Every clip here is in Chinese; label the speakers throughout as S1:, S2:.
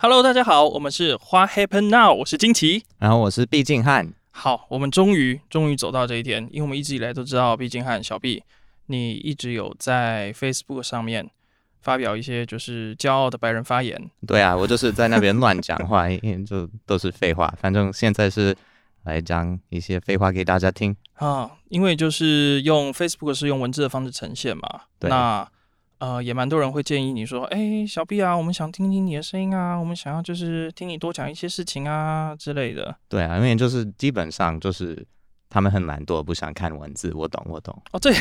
S1: Hello，大家好，我们是花 Happen Now，我是金奇。
S2: 然后我是毕敬汉，
S1: 好，我们终于终于走到这一天，因为我们一直以来都知道毕竟和小毕，你一直有在 Facebook 上面发表一些就是骄傲的白人发言，
S2: 对啊，我就是在那边乱讲 话，因为就都是废话。反正现在是来讲一些废话给大家听。
S1: 啊，因为就是用 Facebook 是用文字的方式呈现嘛，
S2: 对
S1: 那呃也蛮多人会建议你说，哎、小 B 啊，我们想听听你的声音啊，我们想要就是听你多讲一些事情啊之类的。
S2: 对啊，因为就是基本上就是他们很懒惰，不想看文字。我懂，我懂。
S1: 哦，这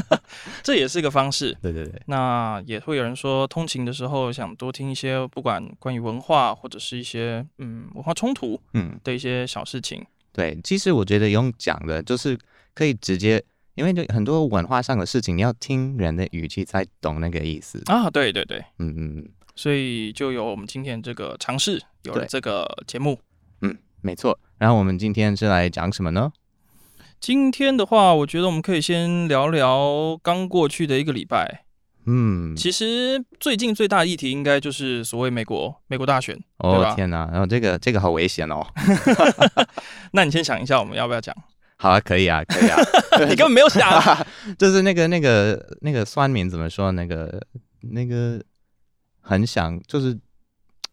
S1: 这也是一个方式。
S2: 对对对，
S1: 那也会有人说，通勤的时候想多听一些，不管关于文化或者是一些嗯文化冲突
S2: 嗯，
S1: 的一些小事情。
S2: 对。其实我觉得用讲的，就是可以直接，因为就很多文化上的事情，你要听人的语气才懂那个意思。
S1: 啊，对对对，
S2: 嗯嗯嗯，
S1: 所以就有我们今天这个尝试，有了
S2: 对
S1: 这个节目。
S2: 没错。然后我们今天是来讲什么呢？
S1: 今天的话，我觉得我们可以先聊聊刚过去的一个礼拜。
S2: 嗯，
S1: 其实最近最大的议题应该就是所谓美国美国大选。对吧
S2: 哦天哪，然后这个这个好危险哦。
S1: 那你先想一下，我们要不要 讲？
S2: 好啊，可以 啊，可以啊。
S1: 你根本没有想啊，
S2: 就是那个那个那个酸民怎么说？那个那个很想，就是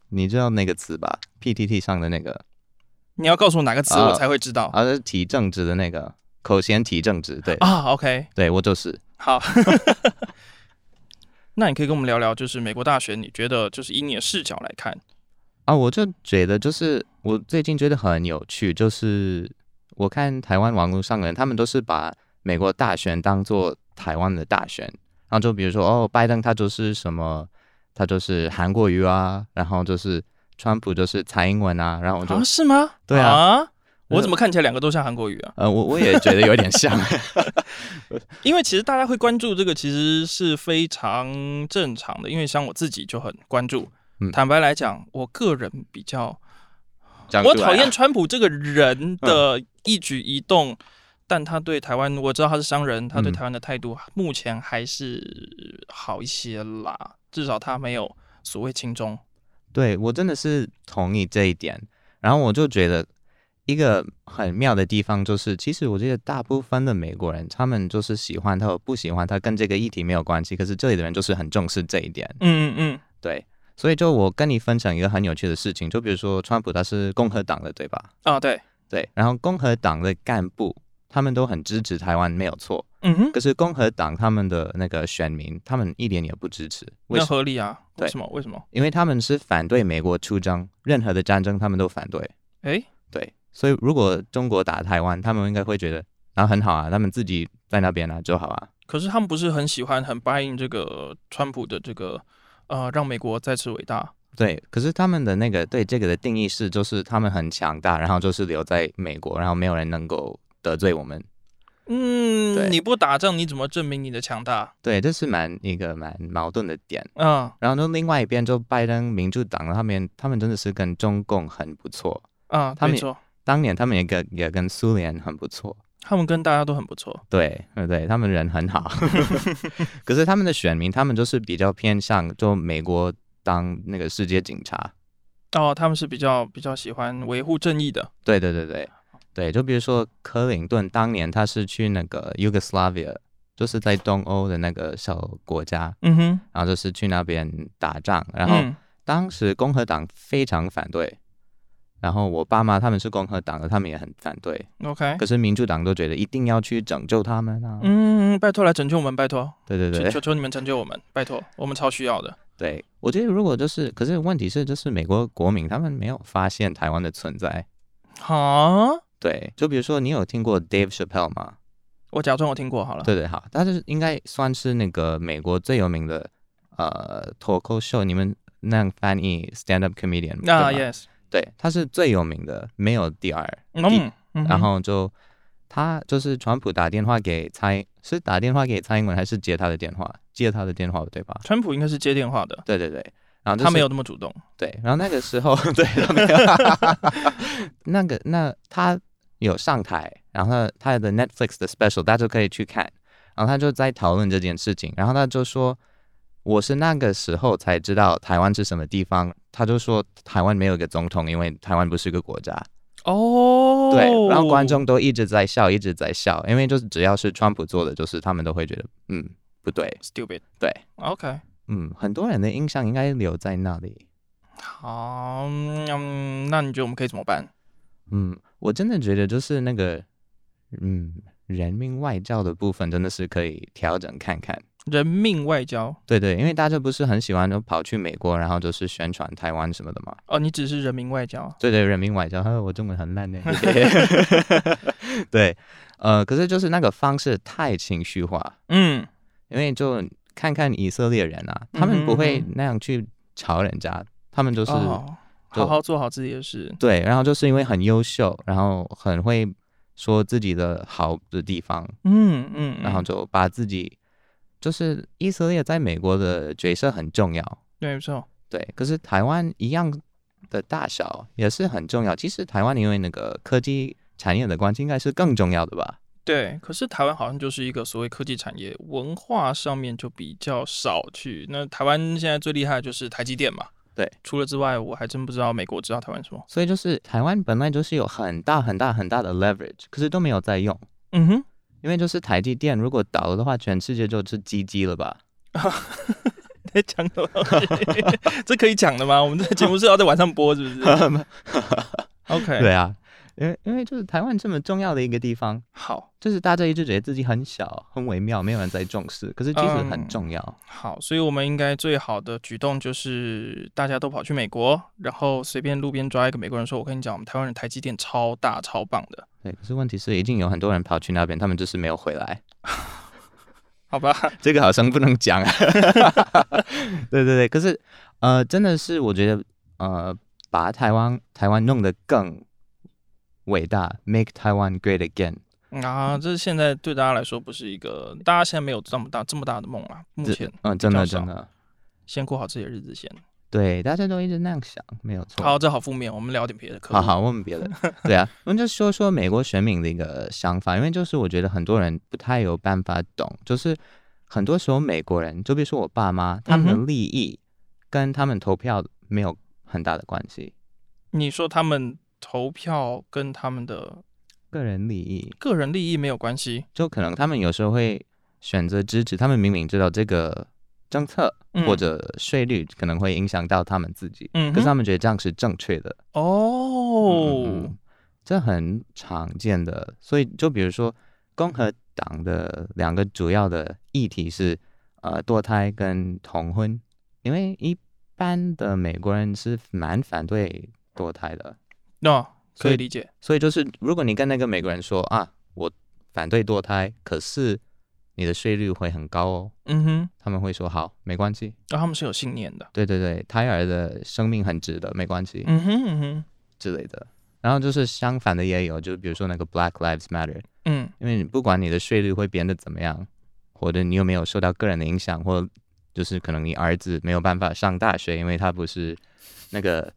S2: 你知道那个词吧？PTT 上的那个，
S1: 你要告诉我哪个词，
S2: 啊
S1: 我才会知道
S2: 啊，是体正直的那个口嫌体正直，对，
S1: 啊。OK，
S2: 对我就是。
S1: 好， 那你可以跟我们聊聊，就是美国大选，你觉得就是以你的视角来看，
S2: 啊，我就觉得就是我最近觉得很有趣，就是我看台湾网络上的人，他们都是把美国大选当做台湾的大选，然后就比如说哦，拜登他就是什么，他就是韩国瑜啊，然后就是川普就是蔡英文啊，然后我就、
S1: 啊，是吗？
S2: 对啊
S1: 我怎么看起来两个都像韩国语啊？
S2: 呃，我我也觉得有点 像，
S1: 因为其实大家会关注这个，其实是非常正常的。因为像我自己就很关注。
S2: 嗯
S1: 坦白来讲，我个人比较，
S2: 讲
S1: 我
S2: 出来啊
S1: 讨厌川普这个人的一举一动，但他对台湾，我知道他是商人，他对
S2: 嗯
S1: 台湾的态度目前还是好一些啦，至少他没有所谓轻中。
S2: 对我真的是同意这一点。然后我就觉得一个很妙的地方就是，其实我觉得大部分的美国人，他们就是喜欢他或不喜欢他，跟这个议题没有关系。可是这里的人就是很重视这一点，
S1: 嗯嗯嗯。
S2: 对。所以就我跟你分享一个很有趣的事情，就比如说川普他是共和党的，对吧？
S1: 啊，对，
S2: 哦对。然后共和党的干部他们都很支持台湾，没有错。
S1: 嗯哼，
S2: 可是共和党他们的那个选民，他们一点也不支持，为
S1: 那
S2: 什么？
S1: 合理啊？为
S2: 对
S1: 什么？为什么？
S2: 因为他们是反对美国出征，任何的战争他们都反对。
S1: 诶，
S2: 对，所以如果中国打台湾，他们应该会觉得，然后很好啊，他们自己在那边啊就好啊。
S1: 可是他们不是很喜欢、很 buying 这个川普的这个呃，让美国再次伟大？
S2: 对，可是他们的那个对这个的定义是，就是他们很强大，然后就是留在美国，然后没有人能够得罪我们。
S1: 嗯，
S2: 对
S1: 你不打仗，你怎么证明你的强大？
S2: 对，这是蛮一个蛮矛盾的点。
S1: 嗯
S2: 然后呢，另外一边就拜登、民主党他们，他们真的是跟中共很不错，
S1: 啊，
S2: 他们
S1: 没错，
S2: 当年他们也跟也跟苏联很不错。
S1: 他们跟大家都很不错。
S2: 对，对对，他们人很 好，可是他们的选民，他们就是比较偏向就美国当那个世界警察。
S1: 哦，他们是比较比较喜欢维护正义的。
S2: 对对对对对，就比如说克林顿当年他是去那个 Yugoslavia，就是在东欧的那个小国家，
S1: 嗯哼，
S2: 然后就是去那边打仗，然后
S1: 嗯
S2: 当时共和党非常反对。然后我爸妈他们是共和党的，他们也很反对。
S1: OK，
S2: 可是民主党都觉得一定要去拯救他们啊！
S1: 嗯，拜托来拯救我们，拜托，
S2: 对对对
S1: 求，求求你们拯救我们，拜托，我们超需要的。
S2: 对，我觉得如果就是，可是问题是，就是美国国民他们没有发现台湾的存在。
S1: 哈，
S2: 对，就比如说你有听过 Dave Chappelle 吗？
S1: 我假装我听过好了。
S2: 对对，好，他是应该算是那个美国最有名的呃脱口秀，你们那样翻译 stand up comedian 对
S1: 啊
S2: 吧
S1: ，Yes，
S2: 对，他是最有名的，没有第二。
S1: 嗯，嗯哼
S2: 然后就他就是川普打电话给蔡，是打电话给蔡英文还是接他的电话？接他的电话对吧？
S1: 川普应该是接电话的，
S2: 对对对，然后、就是、
S1: 他没有那么主动。
S2: 对，然后那个时候， 对，他没有那个那他有上台，然后他的 Netflix 的 special 大家就可以去看，然后他就在讨论这件事情，然后他就说，我是那个时候才知道台湾是什么地方，他就说台湾没有一个总统，因为台湾不是一个国家。
S1: 哦，
S2: 对，然后观众都一直在笑，一直在笑，因为就是只要是川普做的，就是他们都会觉得嗯不对，
S1: stupid，
S2: 对
S1: ，OK，
S2: 嗯，很多人的印象应该留在那里。
S1: 好，嗯，那你觉得我们可以怎么办？
S2: 嗯，我真的觉得就是那个嗯人民外交的部分真的是可以调整看看。
S1: 人命外交
S2: 对对，因为大家不是很喜欢就跑去美国，然后就是宣传台湾什么的嘛。
S1: 哦，你只是人民外交，啊
S2: 对对，人民外交，呵我中文很 烂呢。 谢谢对，呃，可是就是那个方式太情绪化，
S1: 嗯，
S2: 因为就看看以色列人啊，
S1: 嗯哼
S2: 他们不会
S1: 嗯哼
S2: 那样去嘲人家，他们就是、
S1: 哦，
S2: 就
S1: 好好做好自己的事，
S2: 对，然后就是因为很优秀，然后很会说自己的好的地方，
S1: 嗯嗯，
S2: 然后
S1: 嗯
S2: 就把自己就是以色列在美国的角色很重要，
S1: 对，没错，
S2: 对，可是台湾一样的大小也是很重要。其实台湾因为那个科技产业的关系，应该是更重要的吧？
S1: 对。可是台湾好像就是一个所谓科技产业文化上面就比较少去。那台湾现在最厉害的就是台积电嘛，
S2: 对。
S1: 除了之外，我还真不知道美国知道台湾什么。
S2: 所以就是台湾本来就是有很大很大很大的 leverage，可是都没有在用。
S1: 嗯哼，
S2: 因为就是台积电如果倒了的话，全世界就是鸡鸡了吧？
S1: 在讲什么？ 这可以讲的吗？我们这节目是要在晚上播，是不是 ？OK，
S2: 对啊，因为因为就是台湾这么重要的一个地方，
S1: 好
S2: 就是大家一直觉得自己很小、很微妙，没有人在重视，可是其实很重要。
S1: 好，所以我们应该最好的举动就是大家都跑去美国，然后随便路边抓一个美国人说：“我跟你讲，我们台湾人台积电超大超棒的，
S2: 对，可是问题是已经有很多人跑去那边，他们就是没有回来。
S1: 好吧
S2: 这个好像不能讲啊。 对对对，可是呃，真的是我觉得呃，把台湾台湾弄得更伟大，Make Taiwan Great Again。？”
S1: 嗯啊，这是现在对大家来说不是一个，大家现在没有这么大这么大的梦啦。目前
S2: 嗯、真的
S1: 比较少
S2: 真的，
S1: 先过好自己的日子先。
S2: 对，大家都一直那样想，没有错。
S1: 好，这好负面，我们聊点别的。可恶
S2: 好好，我 们别的，对啊，我们就说说美国选民的一个想法，因为就是我觉得很多人不太有办法懂，就是很多时候美国人，就比如说我爸妈，他
S1: 嗯
S2: 们的利益跟他们投票没有很大的关系，
S1: 你说他们投票跟他们的
S2: 个人利益，
S1: 个人利益没有关系，
S2: 就可能他们有时候会选择支持，他们明明知道这个政策
S1: 嗯
S2: 或者税率可能会影响到他们自己，
S1: 嗯哼
S2: 可是他们觉得这样是正确的，
S1: 哦，
S2: 嗯嗯嗯嗯这很常见的。所以就比如说，共和党的两个主要的议题是呃堕胎跟同婚，因为一般的美国人是蛮反对堕胎的，
S1: 那、
S2: 所
S1: 可以
S2: 以
S1: 理解。
S2: 所以就是如果你跟那个美国人说啊，我反对堕胎，可是你的税率会很高哦，
S1: 嗯哼，
S2: 他们会说好，没关系，
S1: 然、后哦他们是有信念的。
S2: 对对对，胎儿的生命很值得，没关系
S1: 嗯哼嗯哼
S2: 之类的。然后就是相反的也有，就比如说那个 Black Lives Matter，
S1: 嗯，
S2: 因为你不管你的税率会变得怎么样，或者你有没有受到个人的影响，或就是可能你儿子没有办法上大学，因为他不是那个，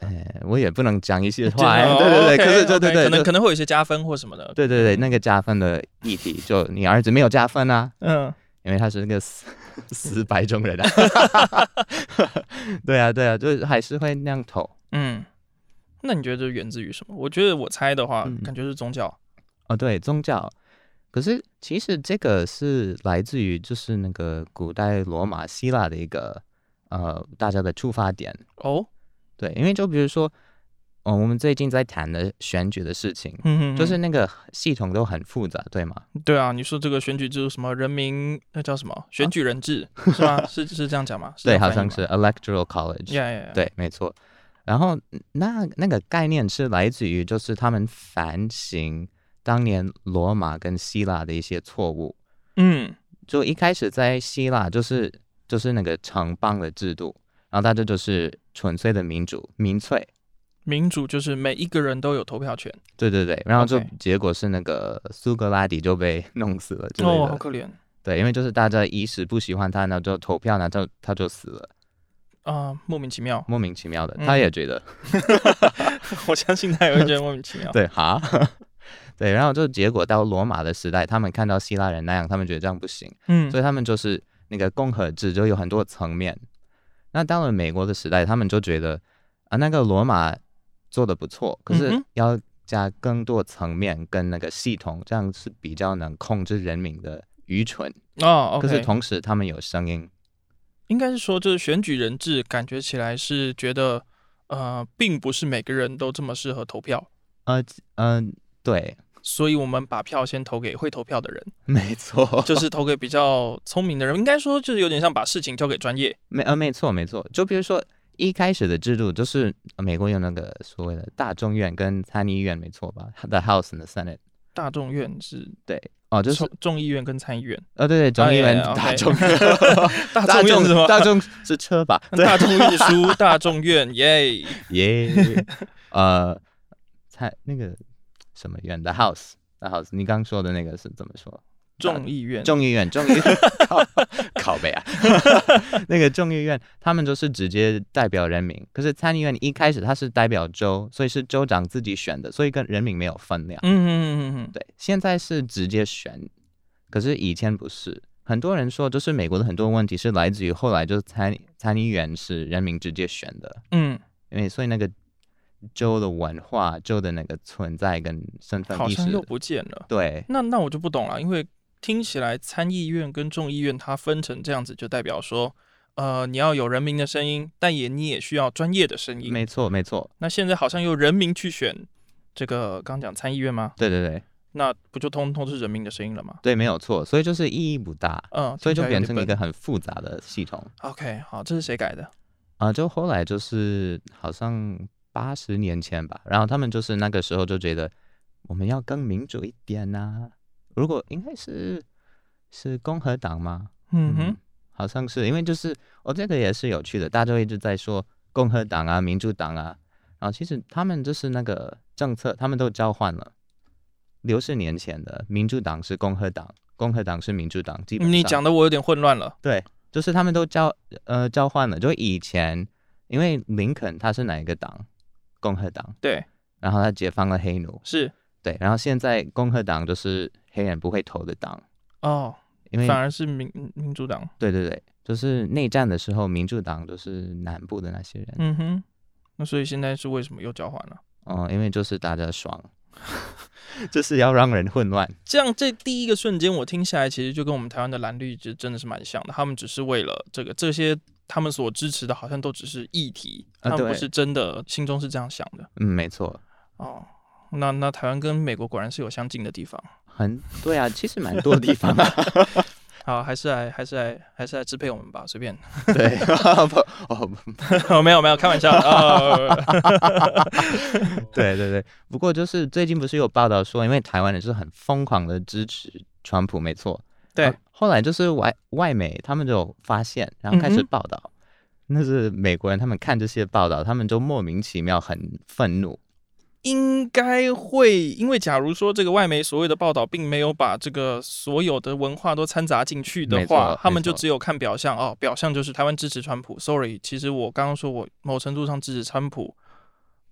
S2: 呃，我也不能讲一些
S1: 这
S2: 话，哎
S1: 哦
S2: 对对对，
S1: OK，
S2: 可是对对
S1: OK，可
S2: 对，
S1: 能
S2: 就
S1: 可能会有一些加分或什么的。
S2: 对对对，那个加分的议题，就你儿子没有加分啊，
S1: 嗯，
S2: 因为他是那个死 死白种人啊， 对啊对啊，就是还是会那样投，
S1: 嗯，那你觉得这源自于什么？我觉得我猜的话，
S2: 嗯
S1: 感觉是宗教。
S2: 哦，对，宗教。可是其实这个是来自于就是那个古代罗马、希腊的一个呃大家的出发点。
S1: 哦，
S2: 对，因为就比如说，嗯、我们最近在谈的选举的事情，
S1: 嗯哼，
S2: 就是那个系统都很复杂，对吗？
S1: 对啊，你说这个选举制度什么人民，那叫什么选举人制、是 吗？是是这样讲吗？是
S2: 啊对，
S1: 这样
S2: 好
S1: 翻译
S2: 像
S1: 吗
S2: 是。Electoral College。
S1: 呀呀，
S2: 对，没错。然后那那个概念是来自于就是他们反省当年罗马跟希腊的一些错误。
S1: 嗯
S2: 就一开始在希腊就是就是那个城邦的制度，然后大家就是纯粹的民主民粹，
S1: 民主就是每一个人都有投票权。
S2: 对对对，然后就
S1: OK
S2: 结果是那个苏格拉底就被 弄死了之类
S1: 哦，
S2: 的，
S1: 好可怜
S2: 对，因为就是大家一时不喜欢他，然后就投票，然后就他就死了，
S1: 啊，莫名其 妙。
S2: 莫名其妙的，
S1: 嗯
S2: 他也觉得、
S1: 我相信他也会觉得莫名其妙。
S2: 对哈。 对，然后就结果到罗马的时代，他们看到希腊人那样，他们觉得这样不行，
S1: 嗯
S2: 所以他们就是那个共和制就有很多层面。那到了美国的时代，他们就觉得啊，那个罗马做的不错，可
S1: 嗯
S2: 是
S1: 哼
S2: 要加更多层面跟那个系统，这样是比较能控制人民的愚蠢。
S1: 哦
S2: 可是
S1: ，OK，
S2: 同时他们有声音，
S1: 应该是说就是选举人制，感觉起来是觉得呃，并不是每个人都这么适合投票，
S2: 嗯、对，
S1: 所以我们把票先投给会投票的人，
S2: 没错，
S1: 就是投给比较聪明的人。应该说就是有点像把事情交给专业。
S2: 没呃，没错没错，就比如说一开始的制度，就是呃美国有那个所谓的大众院跟参议院，没错吧？The House and the Senate，
S1: 大众院是
S2: 哦，就是
S1: 众众议院跟参议院，
S2: 呃，对对，众议院、
S1: 哎哎
S2: 大
S1: OK
S2: 众院，
S1: 大
S2: 大
S1: 众院是吗？
S2: 大众是车吧？ 对，
S1: 大众运 输，大众院，耶！
S2: 耶，呃，参那个什么院？The House，The House，你刚说的那个是怎么说？
S1: 众议院，
S2: 众议院，众议院， 靠靠背啊， 那个众议院，他们就是直接代表人民。可是参议院一开始他是代表州，所以是州长自己选的，所以跟人民没有分量。
S1: 嗯嗯嗯嗯嗯，
S2: 对，现在是直接选，可是以前不是。很多人说，就是美国的很多问题是来自于后来就是参参议员是人民直接选的，
S1: 嗯，
S2: 因为所以那个州的文化、州的那个存在跟身份
S1: 好
S2: 意识
S1: 像，又不见了。
S2: 对，
S1: 那那我就不懂了，因为听起来参议院跟众议院它分成这样子，就代表说，呃，你要有人民的声音，但也你也需要专业的声音。
S2: 没错，没错，
S1: 那现在好像由人民去选这个刚讲参议院吗？
S2: 对对对
S1: 那不就通通是人民的声音了吗？
S2: 对，没有错，所以就是意义不大。
S1: 嗯，
S2: 所
S1: 听
S2: 以就
S1: 起来有
S2: 变
S1: 点
S2: 成一个很复杂的系统
S1: 笨 OK，好，这是谁改的？
S2: 啊、就后来就是好像八十年前吧，然后他们就是那个时候就觉得我们要更民主一点呐、如果应该是是共和党吗？
S1: 嗯哼，，
S2: 好像是因为就是哦，这个也是有趣的，大家就一直在说共和党啊、民主党啊，然后其实他们就是那个政策，他们都交换了。六十年前的民主党是共和党，共和党是民主党，基本上
S1: 嗯你讲的我有点混乱了。
S2: 就是他们都交呃交换了，就以前因为林肯他是哪一个党？共和党，
S1: 对，
S2: 然后他解放了黑奴，
S1: 是
S2: 对，然后现在共和党就是黑人不会投的党，
S1: 哦，
S2: 因为
S1: 反而是民民主党。
S2: 对对对，就是内战的时候民主党就是南部的那些人，
S1: 嗯哼，那所以现在是为什么又交换了？
S2: 嗯、因为就是大家爽， 就是要让人混乱，
S1: 这样，这第一个瞬间我听下来，其实就跟我们台湾的蓝绿就真的是蛮像的。他们只是为了这个这些他们所支持的，好像都只是议题，他
S2: 啊
S1: 们不
S2: 对
S1: 是真的心中是这样想的。
S2: 嗯，没错，
S1: 哦，那那台湾跟美国果然是有相近的地方。
S2: 很对啊，其实蛮多地方 啊，
S1: 好，还是来还是来还是来支配我们吧，随便。
S2: 对， 不哦不
S1: 没有没有，开玩笑的。 哦
S2: 对对对，不过就是最近不是有报道说，因为台湾人是很疯狂的支持川普，没错。
S1: 对
S2: 呃后来就是外外媒他们就发现，然后开
S1: 嗯
S2: 始
S1: 哼
S2: 报道。那是美国人，他们看这些报道，他们就莫名其妙很愤怒。
S1: 应该会，因为假如说这个外媒所谓的报道并没有把这个所有的文化都掺杂进去的
S2: 没
S1: 话
S2: 错，
S1: 他们
S2: 没
S1: 就
S2: 错
S1: 只有看表象哦，表象就是台湾支持川普。Sorry，其实我刚刚说我某程度上支持川普，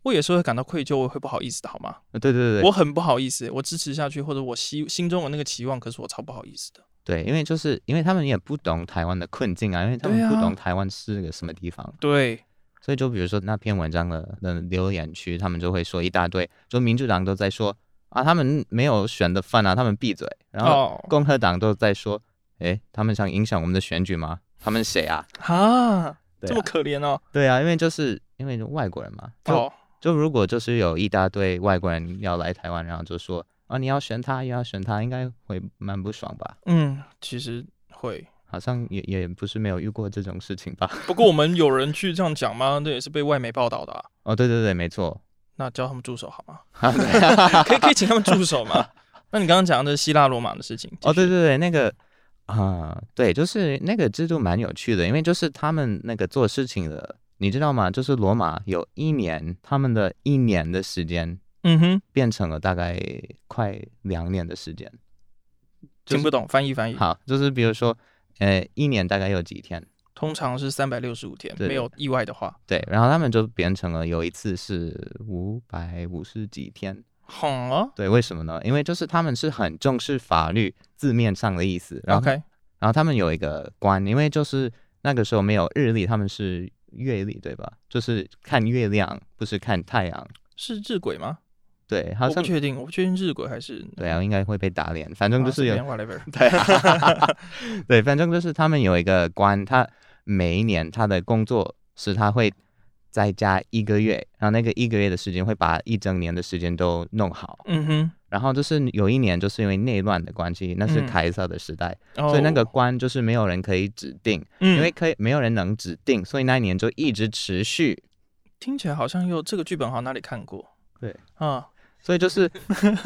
S1: 我也是会感到愧疚，我也会不好意思的好吗？
S2: 呃对对对
S1: 我
S2: 对，
S1: 很不好意思，我支持下去，或者我希心中有那个期望，可是我超不好意思的。
S2: 对，因为就是因为他们也不懂台湾的困境啊，因为他
S1: 对
S2: 们
S1: 啊
S2: 不懂台湾是个什么地方，
S1: 对，
S2: 所以就比如说那篇文章的的留言区，他们就会说一大堆，就民主党都在说啊，他们没有选的份啊，他们闭嘴。然后
S1: 哦，
S2: 共和党都在说，诶，他们想影响我们的选举吗？他们谁啊？
S1: 啊，
S2: 对
S1: 这么
S2: 啊，
S1: 可怜哦。
S2: 对啊，因为就是因为外国人嘛，就、
S1: 哦，
S2: 就如果就是有一大堆外国人要来台湾，然后就说啊，你要选他，又要选他，应该会蛮不爽吧？
S1: 嗯，其实会。
S2: 好像也也不是没有遇过这种事情吧？
S1: 不过我们有人去这样讲吗？那也是被外媒报道的、啊。
S2: 哦，对对对，没错，
S1: 那叫他们助手好吗？
S2: 啊对啊
S1: 可以可以请他们助手 吗？那你刚刚讲的是希腊罗马的事情
S2: 哦，对对对，那个啊、对，就是那个制度蛮有趣的，因为就是他们那个做事情的，你知道吗？就是罗马有一年，他们的一年的时间
S1: 嗯哼，
S2: 变成了大概快两年的时间。就是
S1: 听不懂，翻译翻译。
S2: 好，就是比如说，呃，一年大概有几天？
S1: 通常是三百六十五天，
S2: 对
S1: 没有意外的话，
S2: 对，然后他们就变成了有一次是五百五十几天。
S1: 哼、啊、
S2: 对，为什么呢？因为就是他们是很重视法律字面上的意思，然后
S1: ，OK，
S2: 然后他们有一个观，因为就是那个时候没有日历，他们是月历，对吧？就是看月亮，不是看太阳。
S1: 是日晷吗？
S2: 对，好
S1: 我不
S2: 像
S1: 确定，我不确定日晷还是
S2: 对啊，应该会被打脸。反正
S1: 啊
S2: 就是
S1: 随
S2: 有
S1: 便 whatever。
S2: 对、啊对，反正就是他们有一个官，他每一年他的工作是他会在家一个月，然后那个一个月的时间会把一整年的时间都弄好。
S1: 嗯哼，
S2: 然后就是有一年就是因为内乱的关系，那是
S1: 嗯
S2: 凯撒的时代，
S1: 哦
S2: 所以那个官就是没有人可以指定，
S1: 嗯，
S2: 因为可以没有人能指定，所以那一年就一直持续。
S1: 听起来好像又这个剧本好像哪里看过。
S2: 对
S1: 啊，
S2: 所以就是，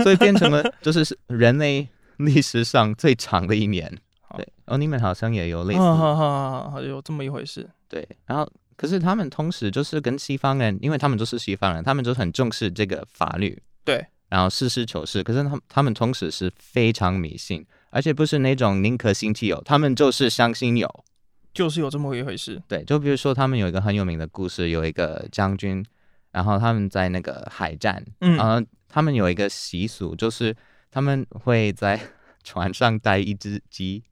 S2: 所以变成了就是人类历史上最长的一年。
S1: 好
S2: 对，哦，你们好像也有类似
S1: 哈哈哈，好啊有这么一回事。
S2: 对，然后可是他们同时就是跟西方人，因为他们都是西方人，他们就很重视这个法律，
S1: 对，
S2: 然后实事求是。可是他们他们同时是非常迷信，而且不是那种宁可信其有，他们就是相信有。
S1: 就是有这么一回事。
S2: 对，就比如说他们有一个很有名的故事，有一个将军，然后他们在那个海战，
S1: 嗯
S2: 然后他们有一个习俗，就是他们会在 船上带一只鸡，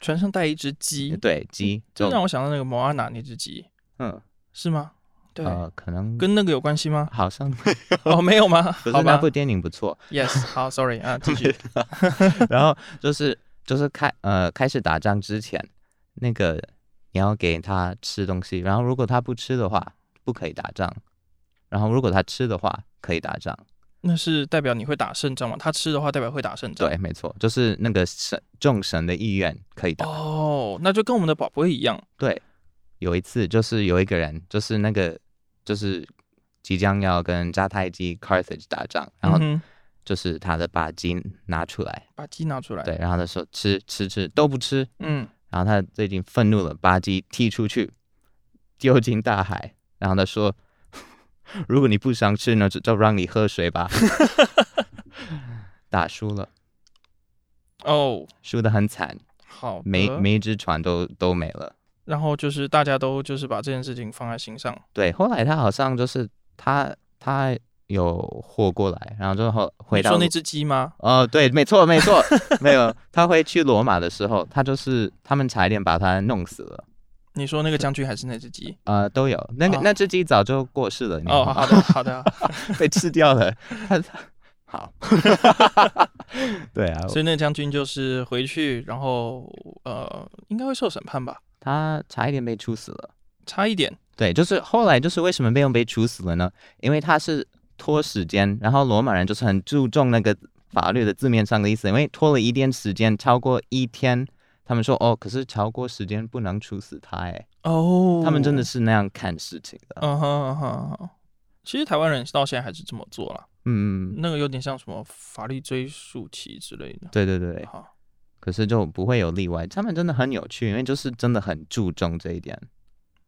S1: 船上带一只鸡，嗯
S2: 对，鸡，
S1: 这
S2: 就
S1: 让我想到那个摩阿娜那只鸡，
S2: 嗯
S1: 是吗？对，
S2: 呃，可能
S1: 跟那个有关系 吗？
S2: 好像
S1: 哦，没有吗？
S2: 可
S1: 好
S2: 是那
S1: 吧
S2: 部电影不错，
S1: ，yes，好，sorry 啊，继 续。
S2: 然后就是就是开呃开始打仗之前，那个你要给他吃东西，然后如果他不吃的话，不可以打仗；然后如果他吃的话，可以打仗。
S1: 那是代表你会打胜仗吗？他吃的话，代表会打胜仗。
S2: 对，没错，就是那个神众神的意愿可以打。
S1: 哦，那就跟我们的宝贝一样。
S2: 对，有一次就是有一个人，就是那个就是即将要跟迦太基 Carthage 打仗，然后
S1: 嗯哼
S2: 就是他的把鸡拿出来，
S1: 把鸡拿出来。
S2: 对，，然后他说吃吃吃都不吃，
S1: 嗯，
S2: 然后他最近愤怒了，把鸡踢出去，丢进大海。然后他说：“ 如果你不想吃呢，就就让你喝 水吧。”打输了，
S1: 哦，
S2: 输得很惨，
S1: 好，
S2: 每每一只船都都没了。
S1: 然后就是大家都就是把这件事情放在心上，
S2: 对，后来他好像就是他他有活过来，然后之后回
S1: 你说
S2: 到
S1: 那只鸡吗？
S2: 哦，对，没错 没错，没有他回去罗马的时候，他就是他们差一点把他弄死了。
S1: 你说那个将军还是那只鸡？
S2: 呃，都有那个、
S1: 哦
S2: 那只鸡早就过世了，你
S1: 哦，
S2: 好
S1: 好的，好的。
S2: 被吃掉 了。他他 好，对啊，
S1: 所以那个将军就是回去，然后呃，应该会受审判吧？
S2: 他差一点被处死了。
S1: 差一点，
S2: 对，就是后来就是为什么没有被处死了呢？因为他是拖时间，然后罗马人就是很注重那个法律的字面上的意思，因为拖了一天时间，超过一天。他们说哦，可是超过时间不能处死他哎，
S1: 哦，
S2: 他们真的，是那样看事情的。
S1: 嗯哼嗯哼嗯哼。其实台湾人到现在还是这么做啦，
S2: 嗯，嗯
S1: 那个有点像什么法律追溯期之类的。
S2: 对对对，
S1: 好，
S2: 可是就不会有例外。他们真的很有趣，因为就是真的很注重这一点。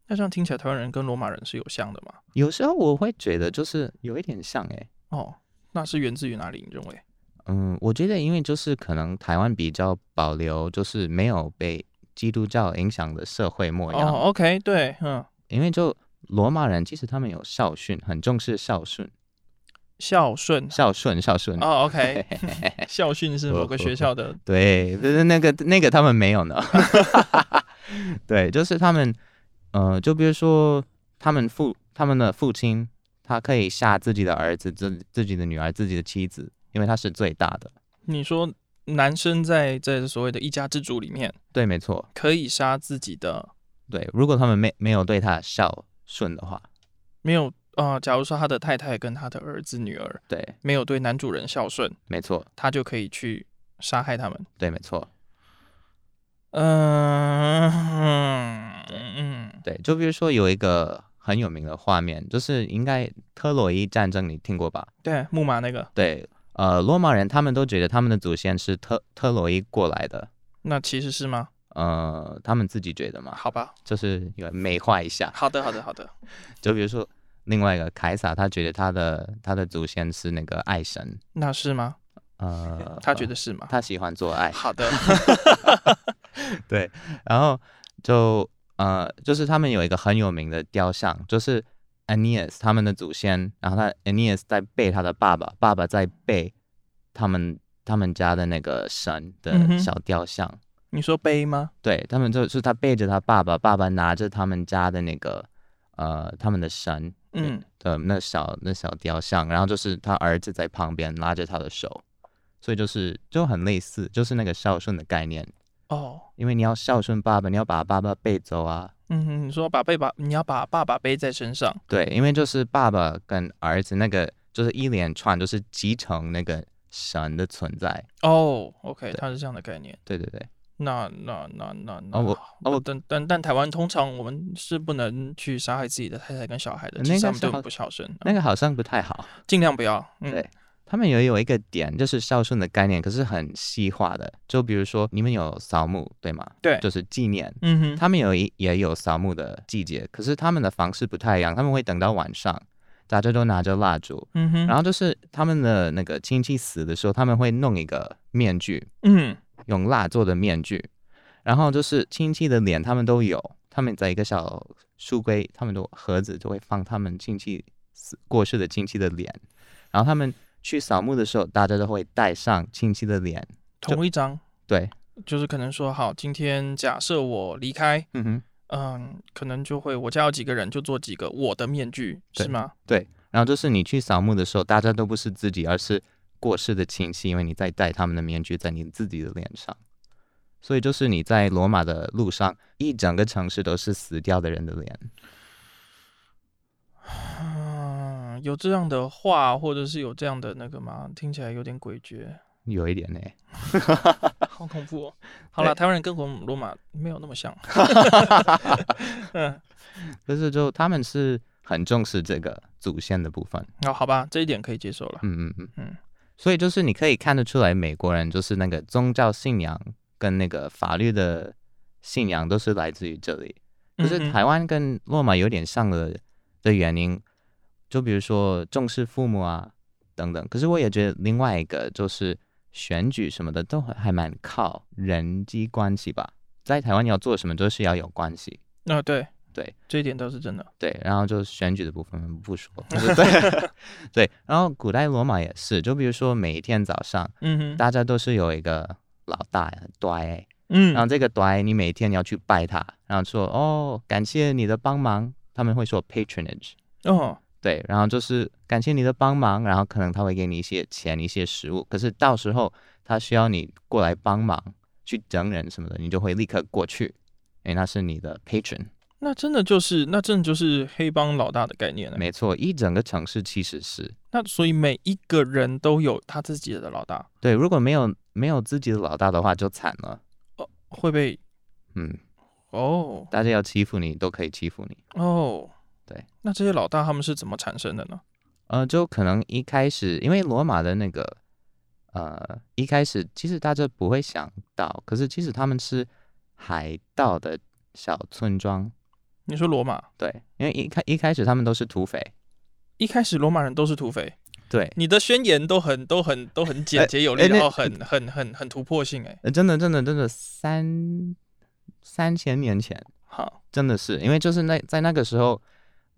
S1: 那这样听起来台湾人跟罗马人是有像的嘛？
S2: 有时候我会觉得就是有一点像哎、
S1: 哦，那是源自于哪里？你认为？
S2: 嗯，我觉得因为就是可能台湾比较保留，就是没有被基督教影响的社会模样，
S1: 哦，OK，对，嗯，
S2: 因为就罗马人其实他们有孝顺，很重视孝顺，
S1: 孝顺。
S2: 孝顺，孝顺。
S1: 哦，OK，校 训是某个学校的，
S2: 对，就是那个那个他们没 有呢。对，就是他们，呃，就比如说他们父他们的父亲，他可以下自己的儿子、自自己的女儿、自己的妻子，因为他是最大的。
S1: 你说男生在在所谓的一家之主里面
S2: 对，没错。
S1: 可以杀自己的，
S2: 对，如果他们没没有对他孝顺的话，
S1: 没有啊、呃假如说他的太太跟他的儿子女儿
S2: 对，
S1: 没有对男主人孝顺，
S2: 没错，
S1: 他就可以去杀害他们。
S2: 对，没错，
S1: 嗯嗯，
S2: 对。就比如说有一个很有名的画面，就是应该特洛伊战争你听过吧？
S1: 对，木马那个，
S2: 对，呃，罗马人他们都觉得他们的祖先是特特洛伊过来的，
S1: 那其实是吗？
S2: 呃，他们自己觉得嘛，
S1: 好吧，
S2: 就是有美化一下。
S1: 好的，好的，好的。
S2: 就比如说另外一个凯撒，他觉得他的他的祖先是那个爱神，
S1: 那是吗？
S2: 呃，
S1: 他觉得是吗？
S2: 他喜欢做爱，
S1: 好的，
S2: 对，然后就呃，就是他们有一个很有名的雕像，就是 Aeneas 他们的祖先，然后他 Aeneas 在背他的爸爸，爸爸在背他们他们家的那个神
S1: 嗯
S2: 的
S1: 哼
S2: 小雕像，
S1: 你说背吗？
S2: 对他们就是他背着他爸爸，爸爸拿着他们家的那个呃他们的神
S1: 嗯，
S2: 的那小那小雕像，然后就是他儿子在旁边拉着他的手，所以就是就很类似，就是那个孝顺的概念，
S1: 哦，
S2: 因为你要孝顺爸爸，你要把爸爸背走啊。
S1: 嗯哼，你说把背把你要把爸爸背在身上，
S2: 对，因为就是爸爸跟儿子那个就是一连串就是继承那个神的存在。
S1: 哦，OK，
S2: 对
S1: 它是这样的概念。
S2: 对对对，
S1: 那那那那那，
S2: 哦我哦我
S1: 但但但台湾通常我们是不能去杀害自己的太太跟小孩的，
S2: 那
S1: 其实
S2: 个
S1: 他们
S2: 是
S1: 对我
S2: 好
S1: 们不孝顺，
S2: 那个好像不太好。
S1: 尽量不要。嗯
S2: 对，他们也有一个点，就是孝顺的概念，可是很细化的。就比如说，你们有扫墓对吗？
S1: 对
S2: 就是纪念。
S1: 嗯哼，
S2: 他们有一也有扫墓的季节，可是他们的方式不太一样，他们会等到晚上，大家都拿着蜡烛，
S1: 嗯哼，
S2: 然
S1: 后
S2: 后就是他们的那个亲戚死的时候，他们会弄一个面具，
S1: 嗯，
S2: 用蜡做的面具，然后就是亲戚的脸他们都有，他们在一个小书柜，他们都盒子就会放他们亲戚死过世的亲戚的脸，然后他们去扫墓的时候，大家都会带上亲戚的脸，
S1: 同一张，
S2: 对，
S1: 就是可能说好，今天假设我离开，
S2: 嗯哼，
S1: 嗯，可能就会我家有几个人就做几个我的面具，
S2: 对
S1: 是吗？
S2: 对，然后就是你去扫墓的时候，大家都不是自己，而是过世的亲戚，因为你在戴他们的面具在你自己的脸上。所以就是你在罗马的路上，一整个城市都是死掉的人的脸。
S1: 嗯，有这样的话，或者是有这样的那个吗？听起来有点诡 谲，
S2: 有一点呢、
S1: 好恐怖哦。好了，
S2: 对
S1: 台湾人跟罗罗马没有那么像。嗯，
S2: 可是就他们是很重视这个祖先的部分，
S1: 那哦好吧，这一点可以接受了。
S2: 嗯嗯嗯
S1: 嗯
S2: 嗯，所以就是你可以看得出来，美国人就是那个宗教信仰跟那个法律的信仰都是来自于这里。可
S1: 嗯
S2: 是
S1: 哼
S2: 台湾跟罗马有点像的的原因，就比如说重视父母啊等等。可是我也觉得另外一个就是选举什么的都还蛮靠人际关系吧，在台湾要做什么都是要有关系。
S1: 那、哦对
S2: 对，
S1: 这一点倒是真的。
S2: 对，然后就选举的部分不说，对对，然后古代罗马也是，就比如说每一天早上，
S1: 嗯哼，
S2: 大家都是有一个老大对，
S1: 嗯，
S2: 然后这个对你每天你要去拜他，然后说哦感谢你的帮忙，他们会说 patronage，
S1: 哦，
S2: 对，然后就是感谢你的帮忙，然后可能他会给你一些钱一些食物，可是到时候他需要你过来帮忙去整人什么的，你就会立刻过去，因为他是你的 patron。
S1: 那真的就是，那真的就是黑帮老大的概念了。
S2: 没错，一整个城市其实是。
S1: 那所以每一个人都有他自己的老大，
S2: 对，如果没有没有自己的老大的话，就惨了。
S1: 会被
S2: 嗯，
S1: 哦
S2: 大家要欺负你都可以欺负你。
S1: 哦，
S2: 对。
S1: 那这些老大他们是怎么产生的呢？
S2: 呃，就可能一开始，因为罗马的那个，呃，一开始其实大家不会想到，可是其实他们是海盗的小村庄。
S1: 你说罗马
S2: 对，因为一开一开始他们都是土匪。
S1: 一开始罗马人都是土匪，
S2: 对，
S1: 你的宣言都很都很都很简洁有力，
S2: 哎那
S1: 然后很很很很突破性哎、
S2: 呃，真的真的真的三三千年前，
S1: 好，
S2: 真的是，因为就是那在那个时候，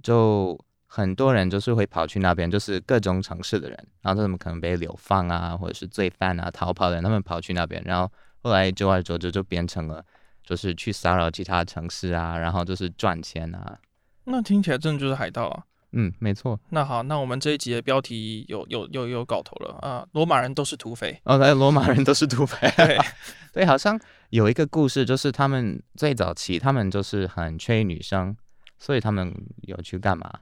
S2: 就很多人就是会跑去那边，就是各种城市的人，然后他们可能被流放啊，或者是罪犯啊、逃跑的人，他们跑去那边，然后后来久而久之就变成了，就是去骚扰其他城市啊，然后就是赚钱啊。
S1: 那听起来真的就是海盗啊。
S2: 嗯，没错。
S1: 那好，那我们这一集的标题有有有有搞头了啊！罗马人都是土 匪，
S2: 哦，对，罗马人都是土匪。
S1: 对，
S2: 对，好像有一个故事，就是他们最早期，他们就是很缺女生，所以他们有去干嘛？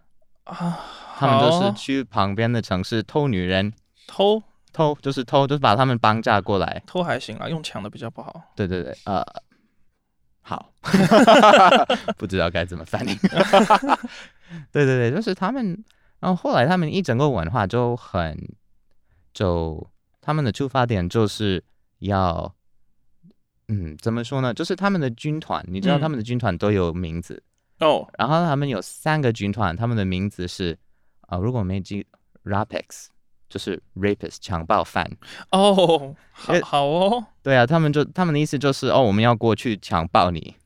S1: 啊，
S2: 他们就
S1: 好
S2: 是去旁边的城市偷女人。
S1: 偷
S2: 偷就是偷，就是把他们绑架过来。
S1: 偷还行啦，用抢的比较不好。
S2: 对对对，呃，好， 不知道该怎么翻译。 对对对，就是他们，然后后来他们一整个文化就很，就他们的出发点就是要，嗯，怎么说呢？就是他们的军团，你知道
S1: 嗯
S2: 他们的军团都有名字，
S1: 哦，
S2: 然后他们有三个军团，他们的名字是，呃，如果没记，rapex，就是 rapist 强暴犯。
S1: 哦，好
S2: 哎
S1: 好哦，
S2: 对啊，他们就他们的意思就是哦，我们要过去强暴你，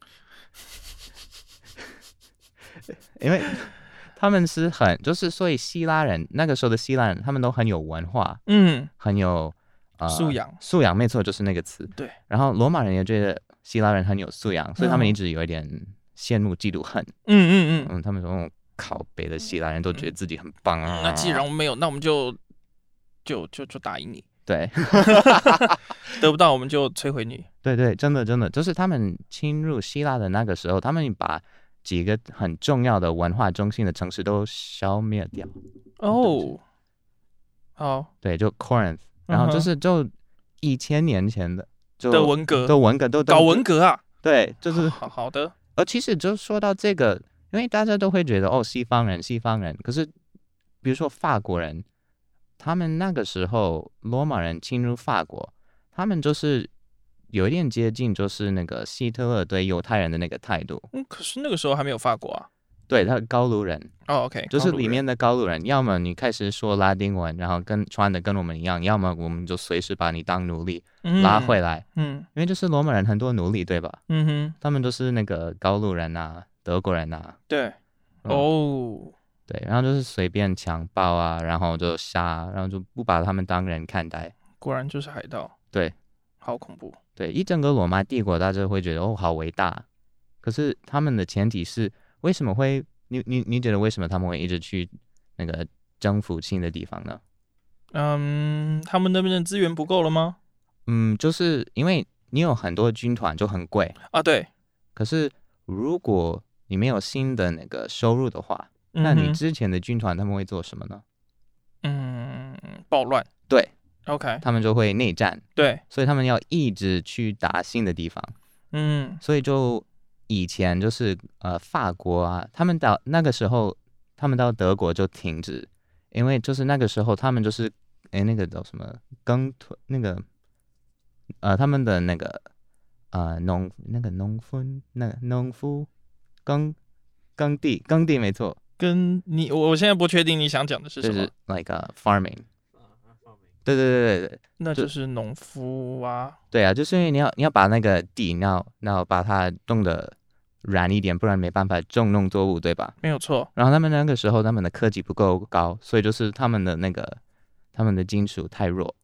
S2: 因为他们是很就是所以希腊人那个时候的希腊人，他们都很有文化，
S1: 嗯，
S2: 很有、呃、
S1: 素养
S2: 素养没错，就是那个词。
S1: 对，
S2: 然后罗马人也觉得希腊人很有素养，所以他们
S1: 嗯
S2: 一直有一点羡慕、嫉妒、恨。
S1: 嗯嗯嗯。
S2: 嗯，他们说那种靠北的希腊人都觉得自己很棒啊。
S1: 那既然我们没有，那我们就就就就打赢你，
S2: 对
S1: 得不到我们就摧毁你。
S2: 对对，真的真的，就是他们侵入希腊的那个时候，他们把几个很重要的文化中心的城市都消灭掉。
S1: 哦，好
S2: 对，就 Corinth，然后
S1: 嗯哼
S2: 就是就一千年前的就
S1: 的文革，
S2: 都文革都
S1: 搞文革啊，
S2: 对，就是
S1: 好好的，
S2: 而其实就说到这个，因为大家都会觉得哦，西方人，西方人。可是，比如说法国人，他们那个时候罗马人侵入法国，他们就是有一点接近，就是那个希特勒对犹太人的那个态度。
S1: 嗯，可是那个时候还没有法国啊。
S2: 对，他高卢人
S1: 哦，OK，
S2: 就是
S1: 高卢人
S2: 里面的高卢人，要么你开始说拉丁文，然后跟穿的跟我们一样，要么我们就随时把你当奴隶拉回，来，
S1: 嗯
S2: 因为就是罗马人很多奴隶，对吧？
S1: 嗯嗯哼，
S2: 他们都是那个高卢人啊，德国人啊，
S1: 对，
S2: 嗯
S1: 哦，
S2: 对，然后就是随便强暴啊，然后就杀，然后就不把他们当人看待。
S1: 果然就是海盗，
S2: 对
S1: 好恐怖。
S2: 对，一整个罗马帝国，大家会觉得哦，好伟大。可是他们的前提是，为什么会？你你你觉得为什么他们会一直去那个征服新的地方呢？
S1: 嗯，他们那边的资源不够了吗？
S2: 嗯，就是因为你有很多军团就很贵，
S1: 啊，对，
S2: 可是如果你没有新的那个收入的话，那
S1: 嗯
S2: 你
S1: 哼
S2: 之前的军团他们会做什么呢？
S1: 嗯暴乱
S2: 对
S1: ，OK，
S2: 他们就会内战，
S1: 对，
S2: 所以他们要一直去打新的地方。
S1: 嗯
S2: 所以就以前就是呃法国啊，他们到那个时候，他们到德国就停止，因为就是那个时候他们就是哎那个叫什么耕屯那个呃他们的那个呃农那个农夫那个农夫耕耕地耕地没错，
S1: 跟你我我现在不确定你想讲的是什
S2: 就
S1: 么啊
S2: 是，like、farming，对对对对对
S1: 那
S2: 就
S1: 就是农夫啊，
S2: 对啊，就是因为你要你要把那个地，然后然后把它弄得软一点，不然没办法种农作物，对吧？
S1: 没有错，
S2: 然后他们那个时候他们的科技不够高，所以就是他们的那个他们的金属太弱，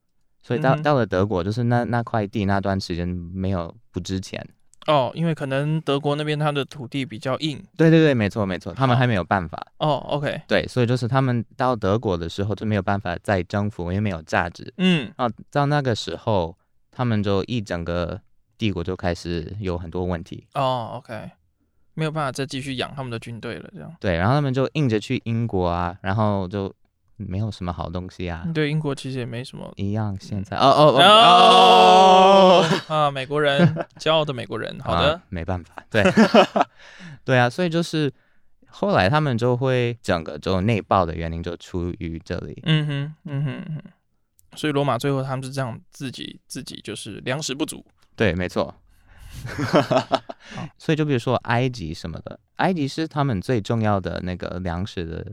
S2: 所以到、
S1: 嗯哼
S2: 到了德国，就是那那块地那段时间没有不值钱。
S1: 哦，因为可能德国那边它的土地比较硬，
S2: 对对对，没错没错，他们
S1: 好
S2: 还没有办法。
S1: 哦，OK，
S2: 对，所以就是他们到德国的时候就没有办法再征服，因为没有价值。
S1: 嗯，
S2: 然后到那个时候，他们就一整个帝国就开始有很多问题。
S1: 哦，OK，没有办法再继续养他们的军队了，这样，
S2: 对，然后他们就硬着去英国啊，然后就没有什么好东西啊。
S1: 对英国其实也没什么。
S2: 一样，现在哦 哦哦
S1: 哦
S2: 哦，
S1: 啊，美国人，骄傲的美国人。好的
S2: 啊，没办法，对，对啊，所以就是后来他们就会整个就内爆的原因就出于这里，
S1: 嗯哼，嗯哼，嗯哼。所以罗马最后他们是这样，自己自己就是粮食不足。
S2: 对，没错。所以就比如说埃及什么的，埃及是他们最重要的那个粮食的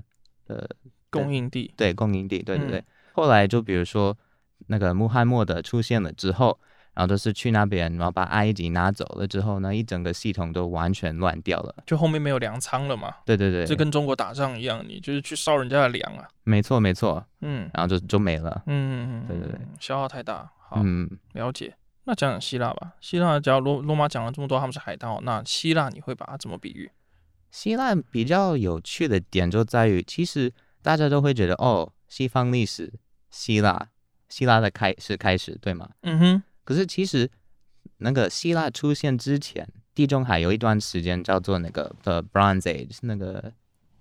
S2: 呃
S1: 供应地，
S2: 对供应地，对对对。
S1: 嗯
S2: 后来就比如说那个穆罕默德出现了之后，然后就是去那边，然后把埃及拿走了之后呢，一整个系统都完全乱掉了。
S1: 就后面没有粮仓了嘛，
S2: 对对对，
S1: 就跟中国打仗一样，你就是去烧人家的粮啊。
S2: 没错没错，
S1: 嗯
S2: 然后就就没了。
S1: 嗯，嗯
S2: 对对对，
S1: 嗯消耗太大。好，
S2: 嗯，
S1: 了解。那讲讲希腊吧，希腊只要罗罗马讲了这么多，他们是海盗，那希腊你会把它怎么比喻？
S2: 希腊比较有趣的点就在于，其实大家都会觉得哦，西方历史，希腊，希腊的开是开始，对吗？
S1: 嗯哼，
S2: 可是其实那个希腊出现之前，地中海有一段时间叫做那个 The Bronze Age，那个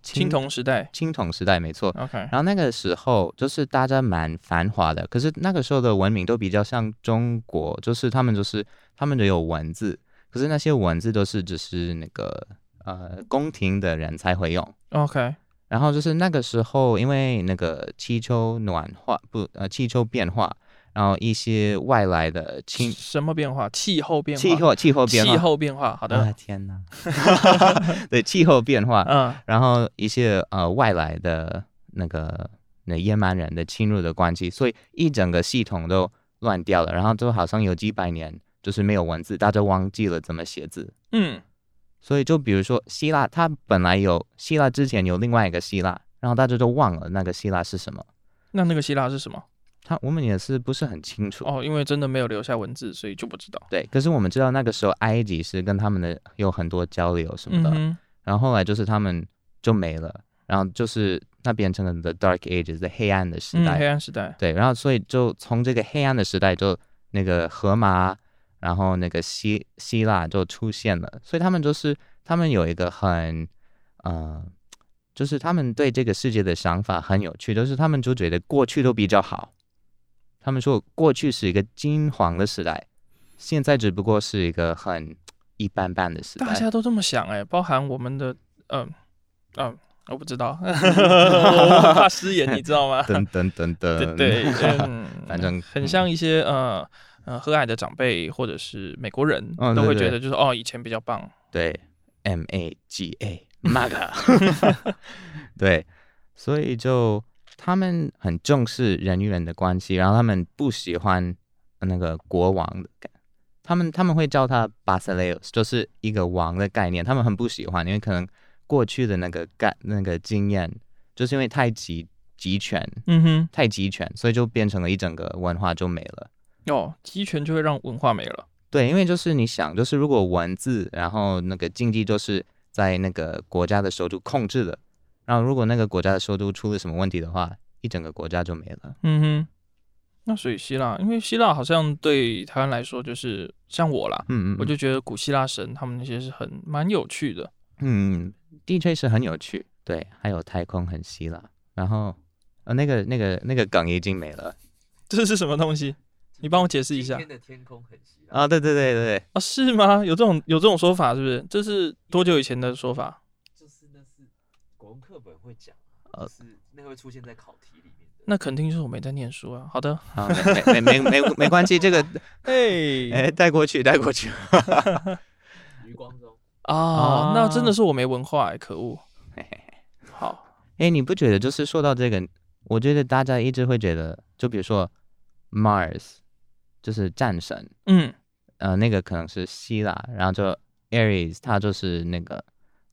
S1: 青铜时代。
S2: 青铜时代，没错。
S1: OK，
S2: 然后那个时候就是大家蛮繁华的，可是那个时候的文明都比较像中国，就是他们就是他们都有文字，可是那些文字都是只是那个呃宫廷的人才会用。
S1: OK，
S2: 然后就是那个时候，因为那个气球暖化不呃气球变化，然后一些外来的侵
S1: 什么变化？气候变化。
S2: 气候气候变化，
S1: 气候变化。好
S2: 我
S1: 的
S2: 的，天哪， 对气候变化，
S1: 嗯
S2: 然后一些呃外来的那个那野蛮人的侵入的关系，所以一整个系统都乱掉了，然后就好像有几百年就是没有文字，大家忘记了怎么写字。
S1: 嗯
S2: 所以就比如说希腊，它本来有希腊之前有另外一个希腊，然后大家都忘了那个希腊是什么。
S1: 那那个希腊是什么？
S2: 他我们也是不是很清楚。
S1: 哦，因为真的没有留下文字，所以就不知道。
S2: 对，可是我们知道那个时候埃及是跟他们的有很多交流什么
S1: 嗯
S2: 的，
S1: 哼，
S2: 然后后来就是他们就没了，然后就是那变成了 the dark ages 的黑暗的时
S1: 嗯，
S2: 代。
S1: 黑暗时代，
S2: 对，然后所以就从这个黑暗的时代，就那个荷马，然后那个希希腊就出现了，所以他们就是他们有一个很，呃，就是他们对这个世界的想法很有趣，就是他们就觉得过去都比较好，他们说过去是一个金黄的时代，现在只不过是一个很一般般的时代
S1: 大。家都这么想哎、包含我们的，嗯、嗯、我不知 道， 我怕失言，你知道吗？
S2: 等等等
S1: 对
S2: 等，
S1: 对，嗯
S2: 反正
S1: 很像一些呃呃和蔼的长辈或者是美国人、
S2: 嗯
S1: 都
S2: 对
S1: 会
S2: 对
S1: 觉得就是哦以前比较棒，
S2: 对，M A G A MAGA，对，所以就他们很重视人与人的关系，然后他们不喜欢那个国王的概，他们他们会叫他 Basileus，就是一个王的概念，他们很不喜欢，因为可能过去的那个概那个经验，就是因为太集集权。
S1: 嗯哼，
S2: 太集权，所以就变成了一整个文化就没了。
S1: 哦，集权就会让文化没了，
S2: 对，因为就是你想，就是如果文字，然后那个经济就是在那个国家的首都控制的，然后如果那个国家的首都出了什么问题的话，一整个国家就没了。
S1: 嗯哼。那所以希腊，因为希腊好像对台湾来说就是像我啦，
S2: 嗯嗯，
S1: 我就觉得古希腊神他们那些是很蛮有趣的，
S2: 嗯，嗯的确是很有趣。对，还有太空很希腊，然后呃，那个那个那个梗已经没了
S1: 这是什么东西？你帮我解释一下
S3: 今天的天空很希腊，
S2: 啊、对对对对对，
S1: 啊？是吗？有这种有这种说法是不是？这是多久以前的说法？
S3: 就是那是国文课本会讲
S2: 呃
S3: 啊，就是那会出现在考题里面的。
S1: 那肯定是我没在念书啊。好的，
S2: 好，没没没没没没关系，这个
S1: 哎
S2: 哎带过去带过去。
S3: 余光中，
S1: 啊，那真的
S2: 啊
S1: 是我没文化、欸，可恶
S2: 嘿嘿。
S1: 好，
S2: 哎，你不觉得就是说到这个，我觉得大家一直会觉得，就比如说 Mars，就是战神，
S1: 嗯，
S2: 呃，那个可能是希腊，然后就 Aries，它就是那个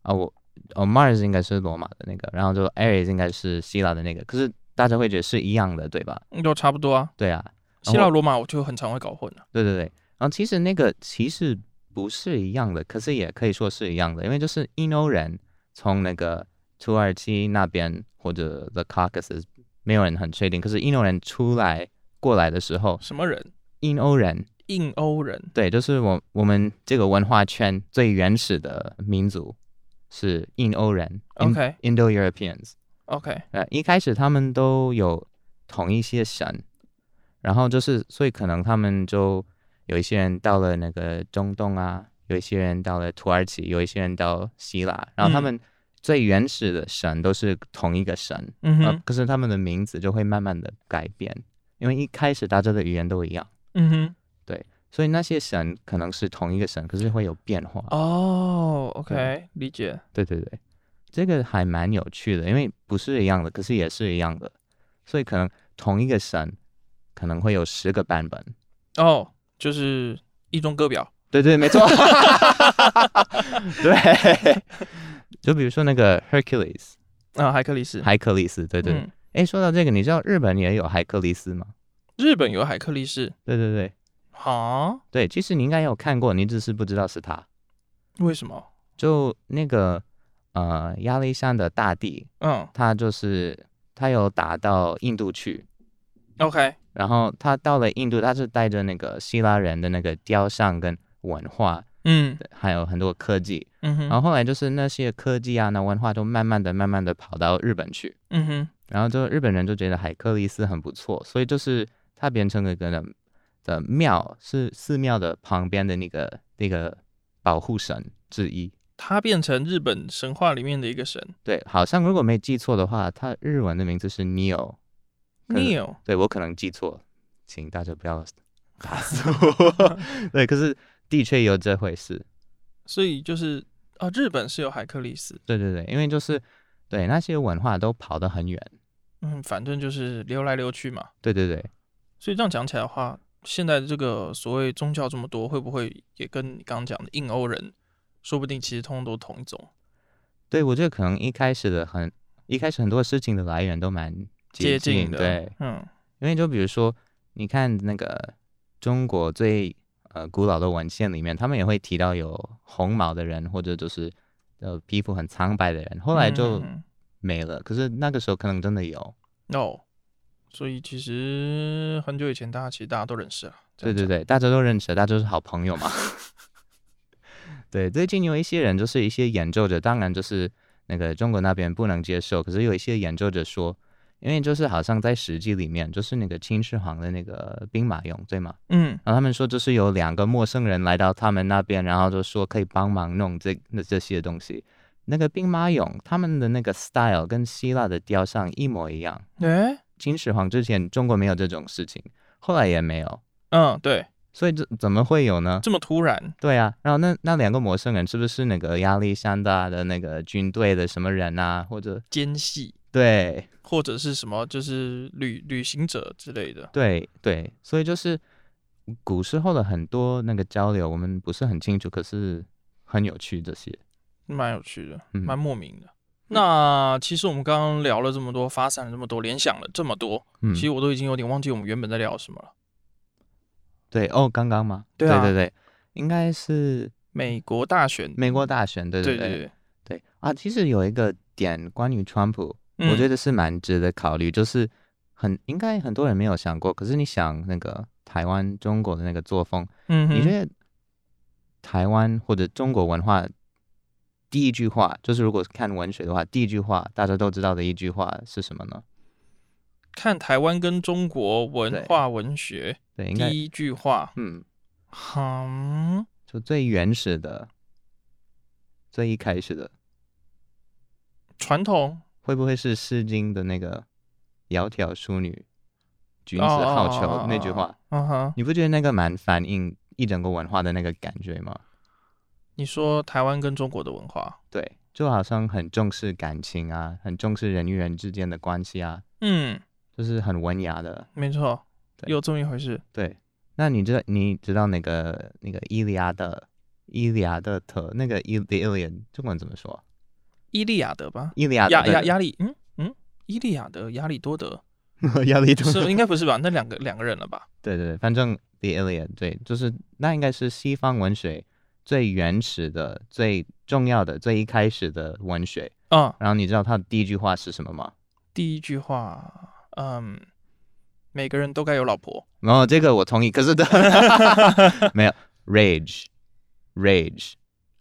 S2: 啊，我哦 Mars 应该是罗马的那个，然后就 Aries 应该是希腊的那个，可是大家会觉得是一样的，对吧？
S1: 都差不多啊。
S2: 对啊，
S1: 希腊罗马我就很常会搞混了、
S2: 对对对，然后其实那个其实不是一样的，可是也可以说是一样的，因为就是印欧人从那个土耳其那边或者 The Caucasus，没有人很确定，可是印欧人出来过来的时候，
S1: 什么人？
S2: 印欧人
S1: 印欧人
S2: 对，就是我我们这个文化圈最原始的民族是印欧人
S1: OK
S2: Indo Europeans。
S1: ，OK，
S2: 呃，一开始他们都有同一些神，然后就是，所以可能他们就有一些人到了那个中东啊，有一些人到了土耳其，有一些人到希腊，然后他
S1: 嗯
S2: 们最原始的神都是同一个神，
S1: 嗯
S2: 呃
S1: 哼，
S2: 可是他们的名字就会慢慢的改变，因为一开始大家的语言都一样，
S1: 嗯哼，
S2: 所以那些神可能是同一个神，可是会有变化。
S1: 哦，OK，
S2: 对
S1: 理解，
S2: 对对对，这个还蛮有趣的，因为不是一样的，可是也是一样的，所以可能同一个神可能会有十个版本。
S1: 哦，就是一中各表，
S2: 对对，没 错。对，就比如说那个 Hercules
S1: 啊，海克力士，
S2: 海克力斯，对对。
S1: 嗯，
S2: 哎、说到这个，你知道日本也有海克力斯吗？
S1: 日本有海克力士，
S2: 对对对
S1: 哈，
S2: 对，其实你应该有看过，你只是不知道是他。
S1: 为什么？
S2: 就那个呃亚历山大大帝，
S1: 嗯
S2: 他就是他有打到印度去，
S1: ，OK，
S2: 然后他到了印度，他是带着那个希腊人的那个雕像跟文化，
S1: 嗯
S2: 还有很多科技。
S1: 嗯
S2: 然
S1: 哼，
S2: 后后来就是那些科技啊，那文化都慢慢的、慢慢的跑到日本去。
S1: 嗯哼，
S2: 然后就日本人就觉得海克力斯很不错，所以就是它变成了一个的的庙，是寺庙的旁边的那个那个保护神之一。
S1: 他变成日本神话里面的一个神
S2: 对，好像如果没记错的话，它日文的名字是 Neo。可是
S1: Neo，
S2: 对我可能记错，请大家 不要打死我。 对，可是的确有这回事。
S1: 所以就是啊，日本是有海克力士，
S2: 对对对，因为就是对那些文化都跑得很远。
S1: 嗯，反正就是流来流去嘛。
S2: 对对对，
S1: 所以这样讲起来的话，现在这个所谓宗教这么多，会不会也跟你刚刚讲的印欧人，说不定其实通通都同一种
S2: 对我觉得可能一开始的很一开始很多事情的来源都蛮
S1: 接
S2: 近
S1: 的？
S2: 对，
S1: 嗯，
S2: 因为就比如说，你看那个中国最呃古老的文献里面，他们也会提到有红毛的人，或者就是呃皮肤很苍白的人，后来就
S1: 嗯
S2: 没了。可是那个时候可能真的有，
S1: no，所哦以其实很久以前大家其实大家都认识了。这
S2: 对
S1: 样
S2: 对
S1: 讲，
S2: 对，大家都认识，大家都是好朋友嘛。对，最近有一些人就是一些研究者，当然就是那个中国那边不能接受，可是有一些研究者说，因为就是好像在实际里面，就是那个秦始皇的那个兵马俑，对吗？
S1: 嗯
S2: 然后他们说，就是有两个陌生人来到他们那边，然后就说可以帮忙弄这那这些东西。那个兵马俑，他们的那个 style 跟希腊的雕像一模一样。
S1: 诶，
S2: 秦始皇之前中国没有这种事情，后来也没有，
S1: 嗯，对，
S2: 所以这怎么会有呢？
S1: 这么突然，
S2: 对啊，然后那那两个陌生人是不是那个亚历山大的那个军队的什么人啊？或者
S1: 奸细
S2: 对
S1: 或者是什么，就是旅旅行者之类的。
S2: 对对，所以就是古时候的很多那个交流，我们不是很清楚，可是很有趣这些。
S1: 蛮有趣的，
S2: 嗯
S1: 蛮莫名的。那其实我们刚刚聊了这么多，发散了这么多，联想了这么多，
S2: 嗯
S1: 其，实我都已经有点忘记我们原本在聊什么了。
S2: 对哦，刚刚吗？
S1: 对啊
S2: 对对应该是
S1: 美国大选，
S2: 美国大选，对
S1: 对
S2: 对
S1: 对，
S2: 对啊。其实有一个点关于川普，
S1: 嗯
S2: 我觉得是蛮值得考虑，就是很应该很多人没有想过，可是你想那个台湾中国的那个作风，
S1: 嗯哼，
S2: 你觉得台湾或者中国文化第一句话，就是如果看文学的话，第一句话大家都知道的一句话是什么呢？
S1: 看台湾跟中国文
S2: 对
S1: 化文学，
S2: 对，应该
S1: 第一句话，
S2: 嗯，
S1: 嗯，
S2: 就最原始的，最一开始的，
S1: 传统
S2: 会不会是《诗经》的那个“窈窕淑女，君子
S1: 哦哦
S2: 好
S1: 哦哦
S2: 逑”
S1: 哦
S2: 那句话？
S1: 嗯哼，
S2: 你不觉得那个蛮反映一整个文化的那个感觉吗？
S1: 你说台湾跟中国的文化，
S2: 对，就好像很重视感情啊，很重视人与人之间的关系啊，
S1: 嗯，
S2: 就是很文雅的。
S1: 没错，
S2: 对
S1: 有这么一回事。
S2: 对，那你知道你知道那个那个伊利亚的伊利亚的特那个伊 the Iliad 中文怎么说？
S1: 伊利亚德吧，
S2: 伊利亚
S1: 亚
S2: 的
S1: 亚亚里，嗯嗯，伊利亚德，亚里多德
S2: 亚历多
S1: 是应该不是吧？那两个两个人了吧？
S2: 对对对，反正 The Iliad 对，就是那应该是西方文学最原始的、最重要的、最一开始的文学。
S1: 嗯，
S2: 然后你知道它的第一句话是什么吗？
S1: 第一句话，嗯，每个人都该有老婆。
S2: 然后这个我同意，可是 的没有 rage rage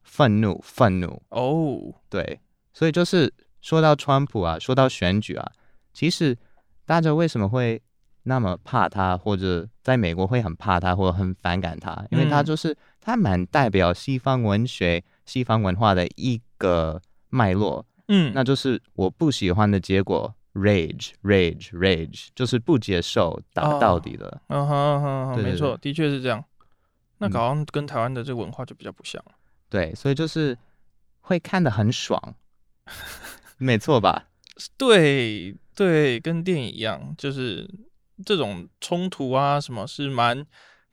S2: 愤怒愤怒
S1: 哦，
S2: 对，所以就是说到川普啊，说到选举啊，其实大家为什么会那么怕他，或者在美国会很怕他，或者很反感他？因为他
S1: 嗯
S2: 就是、他蛮代表西方文学、西方文化的一个脉络，
S1: 嗯，
S2: 那就是我不喜欢的结果，rage rage rage，就是不接受打
S1: 哦
S2: 到底的。
S1: 嗯哼嗯哼嗯哼，
S2: 对对
S1: 没错，的确是这样。那
S2: 嗯
S1: 好像跟台湾的这个文化就比较不像。
S2: 对，所以就是会看得 很爽，没错吧？
S1: 对对，跟电影一样，就是这种冲突啊，什么是蛮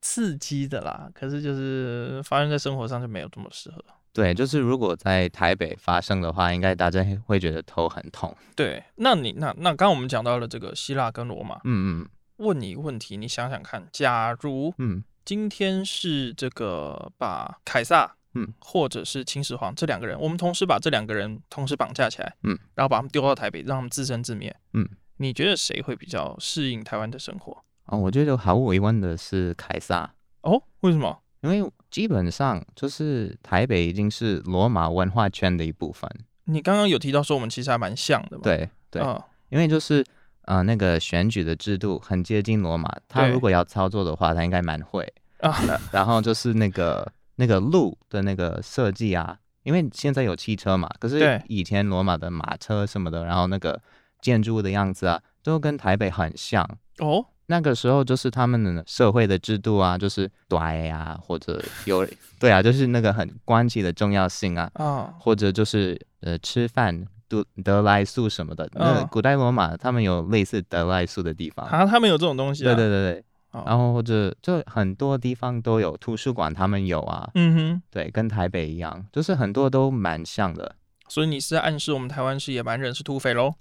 S1: 刺激的啦。可是就是发生在生活上就没有这么适合。
S2: 对，就是如果在台北发生的话，应该大家会觉得头很痛。
S1: 对，那你那那刚刚我们讲到了这个希腊跟罗马，
S2: 嗯嗯
S1: 问你一个问题，你想想看，假如
S2: 嗯
S1: 今天是这个把凯撒，
S2: 嗯，
S1: 或者是秦始皇这两个人，我们同时把这两个人同时绑架起来，
S2: 嗯，
S1: 然后把他们丢到台北，让他们自生自灭，
S2: 嗯。
S1: 你觉得谁会比较适应台湾的生活？
S2: 哦，我觉得毫无疑问的是凯撒，
S1: 哦，为什么？
S2: 因为基本上就是台北已经是罗马文化圈的一部分。
S1: 你刚刚有提到说我们其实还蛮像的嘛？
S2: 对对，
S1: 嗯
S2: 因为就是呃那个选举的制度很接近罗马，他
S1: 对
S2: 如果要操作的话，他应该蛮会。
S1: 啊，
S2: 然后就是那个那个路的那个设计啊，因为现在有汽车嘛，可是
S1: 对
S2: 以前罗马的马车什么的，然后那个建筑物的样子啊，都跟台北很像。
S1: 哦，
S2: 那个时候就是他们的社会的制度啊，就是短呀、或者有对啊，就是那个很关系的重要性啊，
S1: 啊，
S2: 或者就是呃吃饭得得来速什么的。那
S1: 嗯
S2: 个古代罗马他们有类似得来速的地方，
S1: 啊，他们有这种东西啊？
S2: 对对对对。
S1: 哦
S2: 然后或者就很多地方都有图书馆，他们有啊，
S1: 嗯哼，
S2: 对，跟台北一样，就是很多都蛮像的。
S1: 所以你是在暗示我们台湾是野蛮人是土匪喽？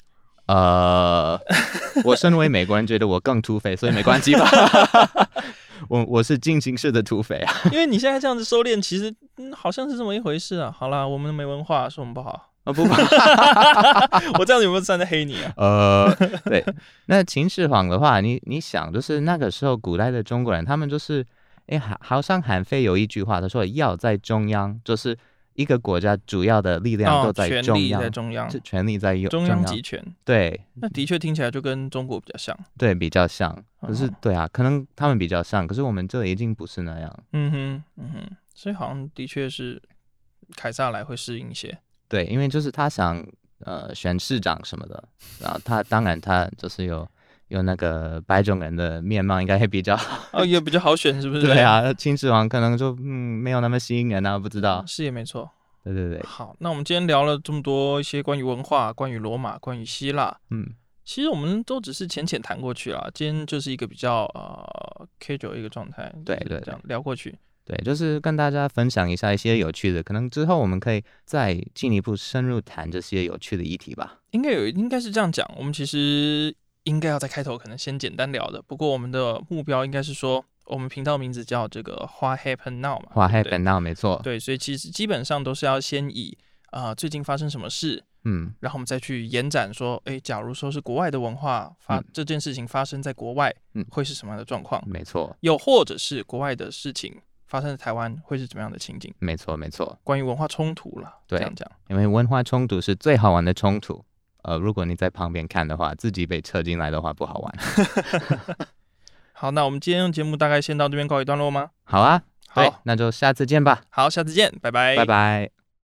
S2: 呃， 我身为美国人，觉得我更土匪，所以没关系吧。 我我是进行式的土匪啊。
S1: 因为你现在这样子收敛，其实、嗯、好像是这么一回事啊。好啦，我们没文化，说我们不好。
S2: 啊不吧，
S1: 我这样子有没有算在黑你啊？
S2: 呃，对。那秦始皇的话，你你想，就是那个时候古代的中国人，他们就是，哎，好好像韩非有一句话，他说要在中央，就是一个国家主要的力量都在
S1: 中
S2: 央，
S1: 哦、在中央，
S2: 是权力在
S1: 中央集权。
S2: 嗯对，
S1: 那的确听起来就跟中国比较像。
S2: 对，比较像。可
S1: 哦
S2: 是对啊，可能他们比较像，可是我们这里已经不是那样。
S1: 嗯哼，嗯哼，所以好像的确是凯撒来会适应一些。
S2: 对，因为就是他想呃选市长什么的，然后他当然他就是有有那个白种人的面貌，应该比较
S1: 哦也比较好选，是不是？
S2: 对啊，秦始皇可能就嗯没有那么吸引人啊，不知道
S1: 是也没错。
S2: 对对对。
S1: 好，那我们今天聊了这么多一些关于文化、关于罗马、关于希腊，
S2: 嗯，
S1: 其实我们都只是浅浅谈过去了。今天就是一个比较呃 casual 一个状态，
S2: 对对，
S1: 这样聊过去。
S2: 对，就是跟大家分享一下一些有趣的，可能之后我们可以再进一步深入谈这些有趣的议题吧。
S1: 应该有，应该是这样讲。我们其实应该要在开头可能先简单聊的，不过我们的目标应该是说，我们频道名字叫这个“花 happen now” 嘛，“
S2: 花 happen now” 没错。
S1: 对，所以其实基本上都是要先以啊、呃、最近发生什么事，
S2: 嗯，
S1: 然后我们再去延展说，哎，假如说是国外的文化发、
S2: 嗯、
S1: 这件事情发生在国外，
S2: 嗯，
S1: 会是什么样的状况？
S2: 没错。
S1: 又或者是国外的事情。发生在台湾会是怎么样的情景？
S2: 没错，没错。
S1: 关于文化冲突了，
S2: 对，
S1: 这样讲，
S2: 因为文化冲突是最好玩的冲突。呃，如果你在旁边看的话，自己被扯进来的话不好玩。
S1: 好，那我们今天节目大概先到这边告一段落吗？
S2: 好啊，
S1: 好，哎
S2: 那就下次见吧。
S1: 好，下次见，拜拜，
S2: 拜拜。